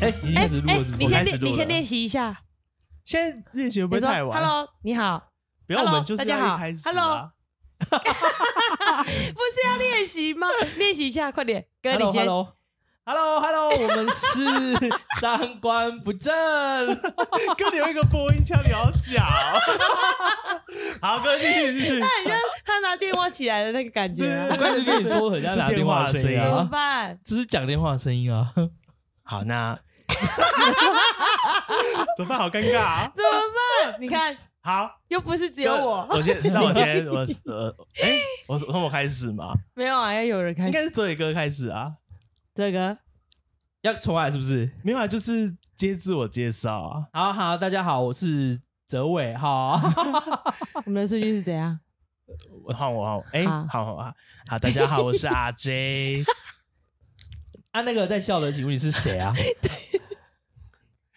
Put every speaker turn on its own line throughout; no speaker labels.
哎
哎习一下。
现在练习会不会
你说
太晚
：“Hello，你好。
不要，我
Hello，
们就是
大家
要
好
一开始
Hello
啊。
不是要练习吗？ 练习一下，快点，哥，你
Hello
先。
Hello Hello Hello，我们是三观不正。
哥，你有一个播音腔，你要讲。好，哥继续继续。
很像他拿电话起来的那个感觉、
我
啊，
刚才跟你说，很像打电话的声音
怎么
啊，
办？
这是讲电话的声音啊。
好，那 怎么办？好尴尬啊！
怎么 办？你看，
好，
又不是只有我，
我 先，那我先，我呃，哎，我从我开始嘛，
没有啊，要有人开
应该
始。
是哲宇哥开始啊，
这个
要重来是不是？
没有啊，就是接自我介绍啊。
好好，大家好，我是哲伟。好，
我们的数据是怎样？
我换我换我，哎，
好
好好啊，好，大家好，我是阿 J，
啊，那个在笑的，请问你是谁 啊？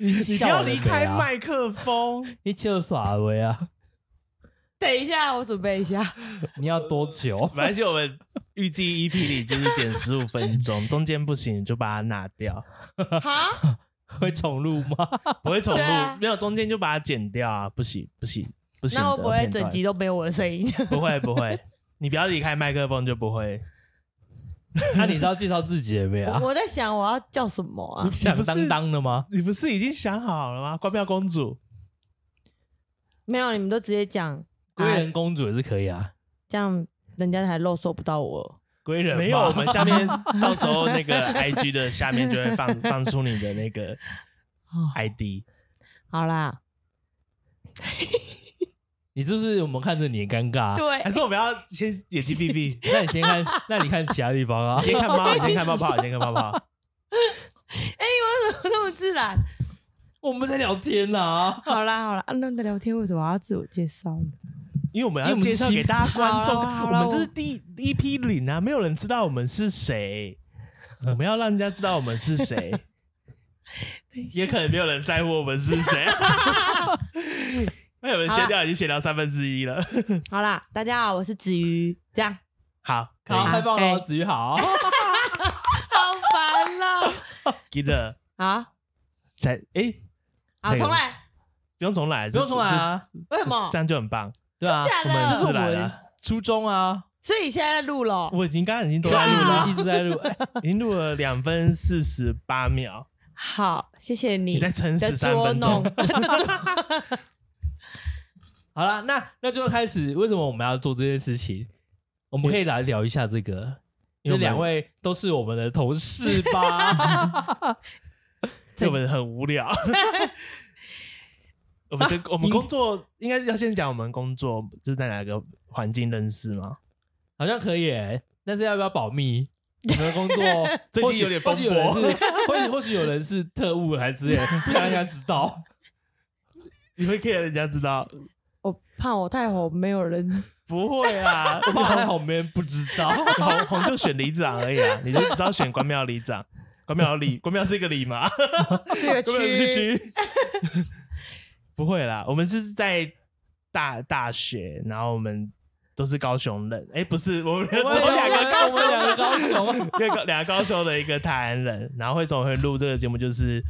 你是
你不
笑
要
了
离
没
开
啊，
麦克 风，
你就耍维啊？
等一下，我准备一下。
你要多久？
反正我们预计 EP 里就是减十五分钟，中间不行就把它拿掉，
哈，
会重录吗？
不会重
对啊
录，没有中间就把它剪掉啊，不行不行不行
那
的
会不会
片
整
段
集都没有我的 声音？
不会不会，你不要离开麦克风就不会。
那啊你是要介绍自己了没啊
我？我在想我要叫什么啊？
响当当的吗？
你不是已经想好了吗？关票公主，
没有，你们都直接讲，
归人
啊
公主也是可以啊。
这样人家才肉搜不到我。
归人吧
没有，我们下 面到时候那个 IG 的下面就会放放出你的那个
哦
ID。
好啦，
你是不是我们看着你很尴尬、啊
对
还是我们要先眼睛闭闭，
那你先看， 那你看其他地方 啊
你。先看猫，你先看泡 泡，你先看泡泡。
为什哎么那么自然？
我们在聊天啊，
好啦好啦，啊那在聊天为什么要自我介绍呢？
因为我们
因为
要
我们
介绍
是啊
给大家观众，
好啦好
我
啦
们这是第一第一批领啊，没有人知道我们是谁，我们要让人家知道我们是 谁，
等一下
也可能没有人在乎我们是谁。那有人闲聊已经闲聊三分之一了，
好啦，大家好，我是子瑜，这样
好，可
好，
以，
太棒
哎
了，子瑜好。
好烦哦了。
记得
好，
才哎，
好，
可以
重来，
不用重来，
不用重来啊，
为什么
就，这？样就很棒。
对啊，
假
我们
的
这
这
次
是我
来
们
了，
初中啊，
所以现在在录了。
我已经刚刚已经都
都
在
在
录
录
了，
了，一直在录。哎
已经录了两分四十八秒，
好，谢谢你。
你再撑
在
十三
捉
分
弄
钟。，
好啦，那那就开始。为什么我们要做这件事情？我们可以来聊一下这个。
因为
这
我们
两位都是我们的同事吧？
因为我们很无 聊。我们这我们
你
工作应该要先讲我们工作是在哪个环境认识吗？
好像可以耶，但是要不要保密？你们的工 作
最近有点
或许
风波
或许有人是，或许或许有人是特务还是之类的，不想让人家知 道。
你会 care 人家知道？
我怕我太红，没 有人。
不会 啊，
我怕在旁边不知 道。
红红就选里长而已啊，你就只要选关庙里 长。关庙里，关庙是一个里 嘛？
是个
关庙是
区，
区。 不会啦，我们是在大大学，然后我们都是高雄人。哎，不是，我们只有
我们
两
两
个
个
高
我们两个高 雄，
一个高两个高雄的一个台南人，然后为什么会录这个节目，就是因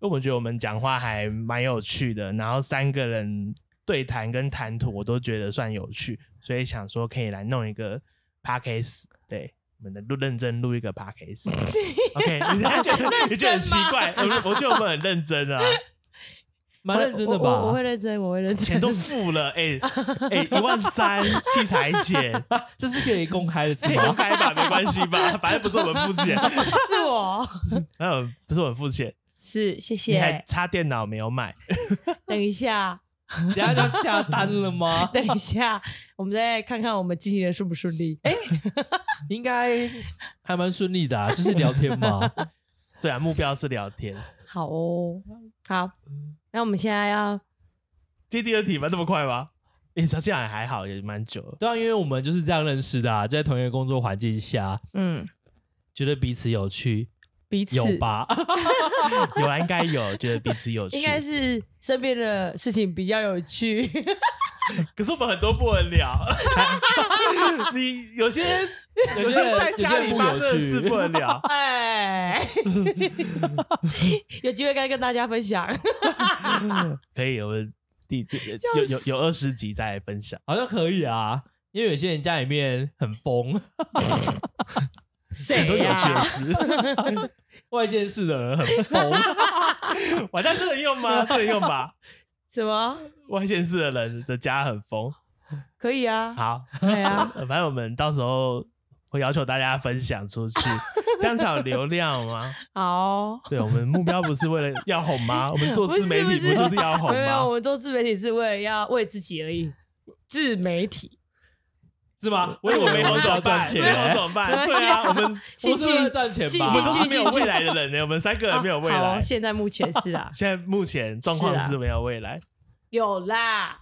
为我觉得我们讲话还蛮有趣的，然后三个人对谈跟谈吐我都觉得算有趣，所以想说可以来弄一个 podcast，对。我们的录认真录一个 podcast。OK，你 还觉得你觉得很奇怪？我们我觉得我们很认真啊，
蛮认真的
我我我
吧
会？认真，我会认
钱
真。
都付了，哎、哎，一、万三器材钱，
这是可以公开的事
公
吗？
开吧，没关系吧，反正不是我们付钱，
是我，
嗯，不是我们付钱，
是谢
你还
谢。
差电脑没有买，
等 一下，
等一下就下单了吗？
等一下，我们再看看我们进行的顺不顺利。哎，
应该还蛮顺利的、啊，就是聊天 嘛。
对啊，目标是聊天。
好哦，好，那我们现在要
接第二题吧，这么快吗？你这样还好，也蛮久 了。
对啊，因为我们就是这样认识的、啊，在同一个工作环境下，
嗯
觉得彼此有趣，
彼此
有吧？
有啊，应该有，觉得彼此有趣。
应该是身边的事情比较有趣。
可是我们很多不能 聊，你有些有些在家里发生的事不能聊。
哎， 有机会该跟大家分享。
可以，我们第第有有有二十集再来分享。
好像可以啊，因为有些人家里面很疯，
谁
都有
呀、
趣的 事，
外县市的人很疯，
完蛋，这能用吗？这能用吧？
什么？
外县市的人的家很疯。
可以啊，
好，
对啊，
反正我们到时候会要求大家分享出去，这样才有流量吗？
好。
对，我们目标不是为了要红吗？我们做
不是
自媒体
不是
就是要红
没有没有，我
吗？
们做自媒体是为了要为自己而已。自媒体，
是吧？
我以为没红怎么办
赚？
没
钱
红
欸，
怎么办？对啊，我们
兴
不
趣
是为了赚钱吧？
兴
都是
趣
没有未来的人呢，我们三个人没有未
啊好啊
来。，
现在目前是啊啦
现在目前状况是没有未来。
有啦，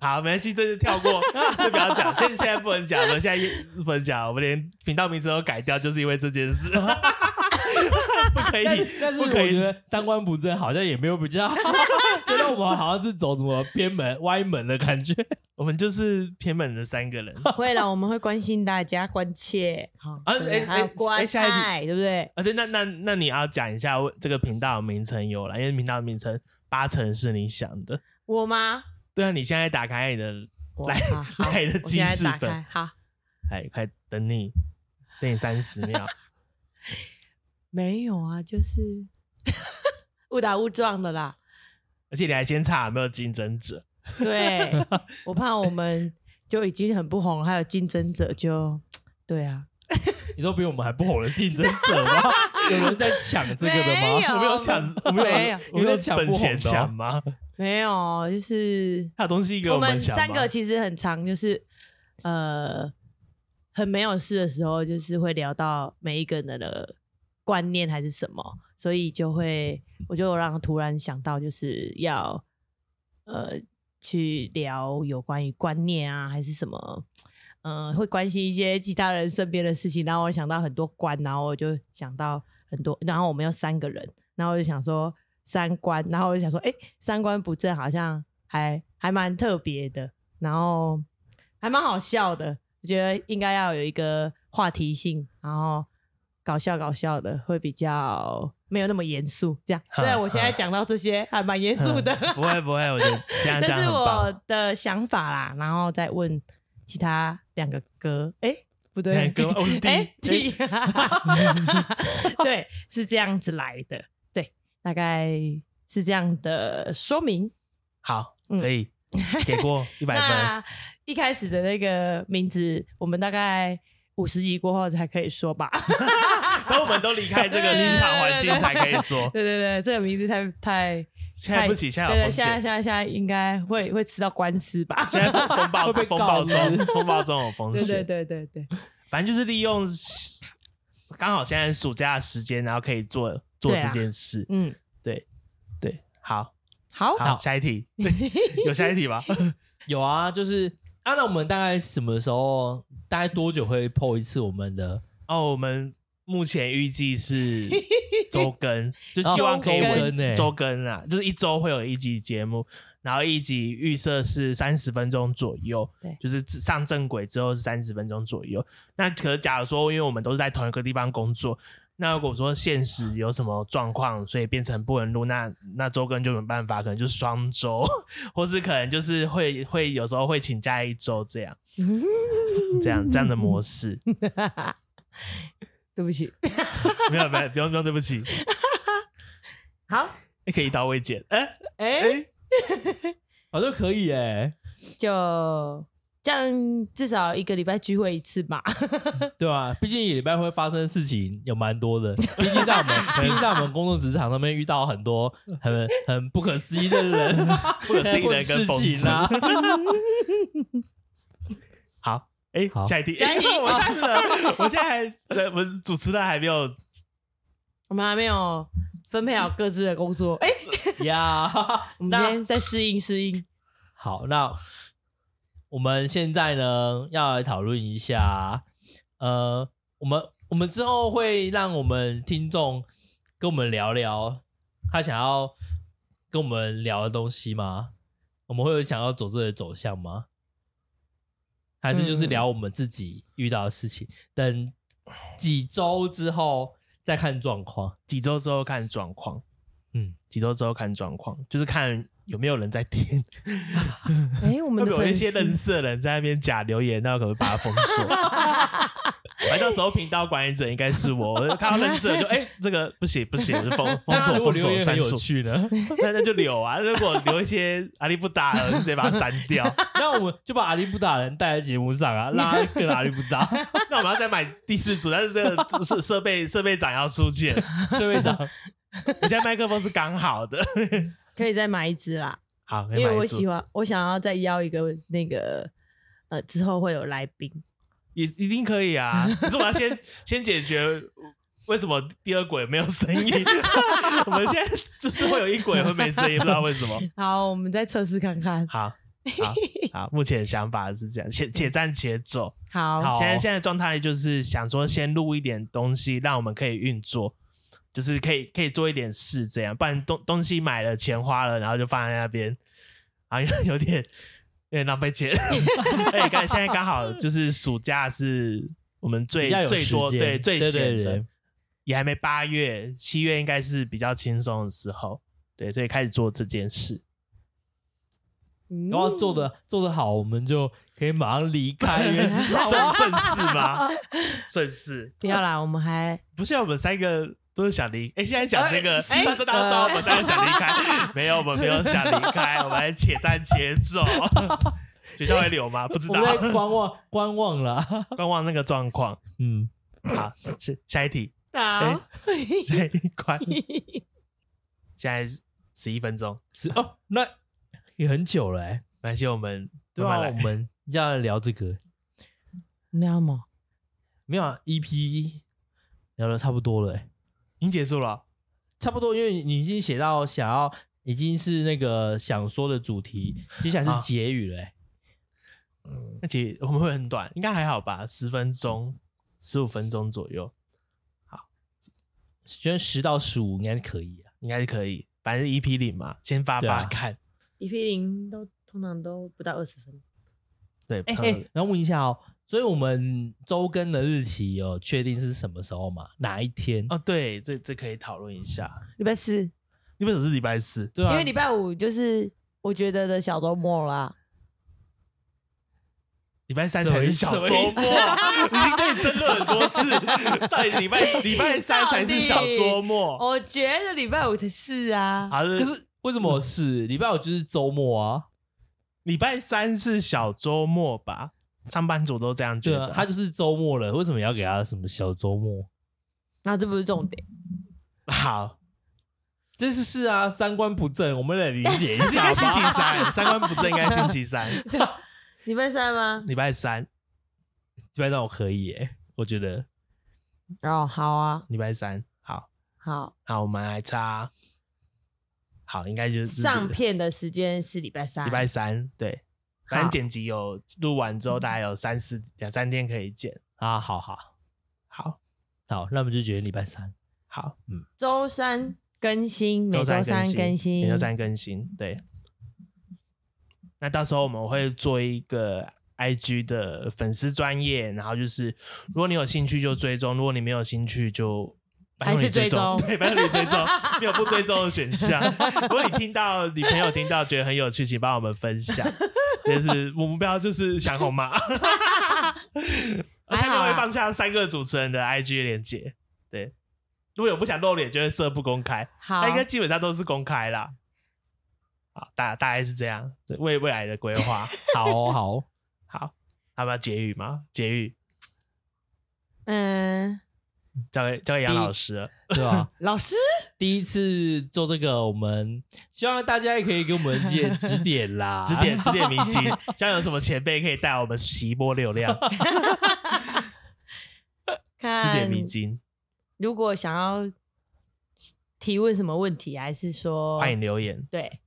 好，没关系，这次跳过， 就不要讲。现现在不能讲了，现在不能讲，我们连频道名称都改掉，就是因为这件事。 不可以
但是，但是
不
我
可
觉
以。
得三观不正好像也没有比较好， 觉得我们好像是走什么偏门歪门的感觉。
我们就是偏门的三个人
会啦，我们会关心大家，关切，好
啊
对
哎
还有
哎
关
哎下一题
爱，对不对？
啊。对，那那那你要讲一下这个频道的名称有了，因为频道的名称八成是你想的。
我吗？
对啊，你现在打开你的，
我
来
啊好
来的
我
记
现在
事
打
本
开好，
哎，快等你，等你三十秒。
没有啊，就是 误打误撞 的啦。
而且你还先查有没有竞争者，
对，我怕我们就已经很不红，还有竞争者就对啊，
你都比我们还不红的竞争者吗？ 有人在抢这个的吗？
没有
我没有抢，我没有，
没有
我没有
有点抢不
本钱
红的哦
抢吗？
没有，就是
他有东西给
我
们
们
抢
三
吗
个其实很长，就是呃，很没有事的时候，就是会聊到每一个人的呃观念还是什么，所以就会我就让突然想到就是要呃去聊有关于观念啊，还是什么。嗯，会关心一些其他人身边的事情，然后我想到很多关，然后我就想到很多，然后我们有三个人，然后我就想说三观，然后我就想说，哎、三观不正好像还还蛮特别的，然后还蛮好笑的，我觉得应该要有一个话题性，然后搞笑搞笑的，会比较没有那么严肃。这样， 虽然我现在讲到这些还蛮严肃的，
不会不会，我觉得这样这
这
样
是
很棒。
我的想法啦，然后再问其他两个哥，哎、不对，
两个 吗我是第一
哎第一 对，是这样子来的，对，大概是这样的说明。
好，
嗯
可以给过一百分。
那一开始的那个名字，我们大概五十集过后才可以说吧。
等我们都离开这个职场环境才可以说。
对对对，这个名字太太
现在不行，现在
对
有
对，
风
现在
险，
现在现在应该会会吃到官司吧？
现在风风暴
会被
风
告
暴
是不
中，风暴中有风
对对
险。
对对 对，
反正就是利用刚好现在暑假的时间，然后可以做做
对
这
啊
件事。
嗯，
对对，好，
好，
好，下一题，有下一题吧？
有啊，就是啊，那我们大概什么时候，大概多久会 PO 一次我们的？
哦，我们目前预计是周更， 就
哦
希望可以
周
更欸
稳周更啊，就是一周会有一集节目，然后一集预设是三十分钟左右
对，
就是上正轨之后是三十分钟左右。那可是假如说，因为我们都是在同一个地方工作。那如果说现实有什么状况，所以变成不能录，那那周更就没办法，可能就是双周，或是可能就是会会有时候会请假一周这 样，这样这样的模式。
对 不起，
没有没有，不用不用，对不起，
好，
可以一刀未剪。哎、
哎、
好像可以哎、
就这样，至少一个礼拜聚会一次吧。
对吧？毕竟一礼拜会发生事情有蛮多的，毕竟在我 们，毕竟在我们工作职场上面遇到很多很很不可思议的 人，
不可思议的人跟
事
疯子
情啊。
好，哎、
好
下一题，
下一题
我看了， 我现在还，呃我主持人还没有，
我们还没有分配好各自的工作，哎、
呀、
我们今
那
天在适应适应。
好，那我们现在呢要来讨论一下，呃，我们我们之后会让我们听众跟我们聊聊他想要跟我们聊的东西吗？我们会有想要走这个走向吗？还是就是聊我们自己遇到的事情？等几周之后再看状况。
几周之后看状况，
嗯，
几周之后看状况，就是看有没有人在听，
哎、我
会
们
不
的
会有一
粉
些认识
丝
的人在那边假留言，那我可能会把他封 锁。反正到时候频道管理者应该是我，我就看到认识的就哎、这个不行不 行，我就封封
大家
锁
如果
封
留
锁
言很
删
有
除。
趣呢，
那那就留啊，如果留一些阿力不打了，我就直接把它删掉。
那我们就把阿力不打人带在节目 上啊，拉一个阿力不打
那我们要再买第四组，但是这个设设备设备长要出 钱，
社会长。
你现在麦克风是刚好的，
可以再买一支啦，
好，可以
因
买
为
一
我
组
喜，欢，我想要再邀一个那个呃，之后会有来宾，
也一定可以啊。可是我要 先先解决为什么第二轨没有声 音，我们现在就是会有一轨会没声音，不知道为什么。
好，我们再测试看看。
好。好 好，目前的想法是这样，且且战且走。
好，
好哦
现在现在的状态就是想说，先录一点东西，让我们可以运作，就是可以可以做一点事，这样，不然东东西买了，钱花了，然后就放在那边，啊，有有点有点浪费钱。 哎，刚现在刚好就是暑假是我们最
比较有
最多
时间
对最
对对
闲
对
的，也还没八月，七月应该是比较轻松的时候，对，所以开始做这件事。
嗯
然后做的做的好，我们就可以马上离 开原子少
顺顺势吗？顺势
不要啦，我们还
不是我们三个都是想离，哎、现在讲这 个，
哎
哎、大家知道我们三个想离开，
呃
没有，我们没有想离 开，我们还且战且走。学校会留吗？不知
我
道
们，在观望观望了。
观望那个状况。
嗯，
好，是下一题，哎
好，
下一关，现在十一分钟，
是哦，那也很久了、欸，
没关系，我们
对
慢
吧、
慢
啊？
来
我。 们要来聊这个，
没有吗？
没有、啊、EP 聊的差不多了、欸，
已经结束了，
差不多，因为你已经写到想要，已经是那个想说的主题，接下来
啊
是结语了、欸。
那其实我们会很短，应该还好吧，十分钟、十五分钟左右，
觉得十到十五应该可以啊。
应该是可以。反正 EP 零嘛，先发
对啊
发看。
一 P 零都通常都不到二十分，
对，
哎、
差不
哎、
多
然后问一下哦，所以我们周更的日期有确定是什么时候吗？哪一天？
哦，对，这这可以讨论一下。
礼拜四，
因为什么是礼拜四？
对啊，
因为礼拜五就是我觉得的小周末啦。
礼拜三才是小周末，
什
已经跟你争论很多次，到底礼拜礼拜三才是小周 末？
我觉得礼拜五才是啊，
好，
可
可是
是为什么是礼拜五就是周末啊？
礼拜三是小周末吧？上班族都这样觉
对啊
得，，
他就是周末了，为什么要给他什么小周末？
那这不是重 点。
好，
这是是啊，三观不正，我们得理解 一
应
下
该
吧。
星期三， 三观不正应该星期三，
礼拜三吗？
礼拜三，
礼拜三我可以耶、我觉得
哦，好啊，
礼拜三，好，
好，
那我们来差，好，应该就是
上片的时间是礼拜三，
礼拜三，对，反正
好
剪辑有录完之后，大概有三四两三天可以剪，
啊，好好
好，
好，那我们就决定礼拜三。嗯
好。
周三更新，每
周
周
更
三更新，
每周三更新。对，那到时候我们会做一个 IG 的粉丝专业，然后就是如果你有兴趣就追踪，如果你没有兴趣就。
还是
追
追踪
对，拜托你追 踪，没有不追踪的选项。如果你听到你朋友听到觉得很有趣，请帮我们分 享。就是我目标就是想红嘛，
啊
我下面会放下三个主持人的 IG 连接。对，如果有不想露脸，就会设不公开。
好
它，应该基本上都是公开啦。好，大大概是这样，对为未来的规 划。
好哦、好哦，
好，他们要结语吗？结语
嗯，
交给交给杨老师了。
对吧、啊
老师，
第一次做这个，我们希望大家也可以给我们一些 指点啦，
指点指点迷津，像有什么前辈可以带我们洗一波流 量，
嗯
指点
看
迷津，
如果想要提问什么问题，还是说
欢迎留言。
对，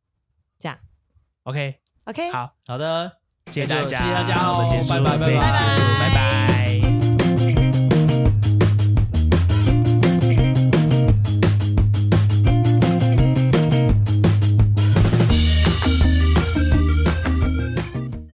这样
OK，
OK，
好，
好的，
谢谢大家，
谢谢大家哦
我们结束
拜拜
这一集
拜拜
结束拜拜。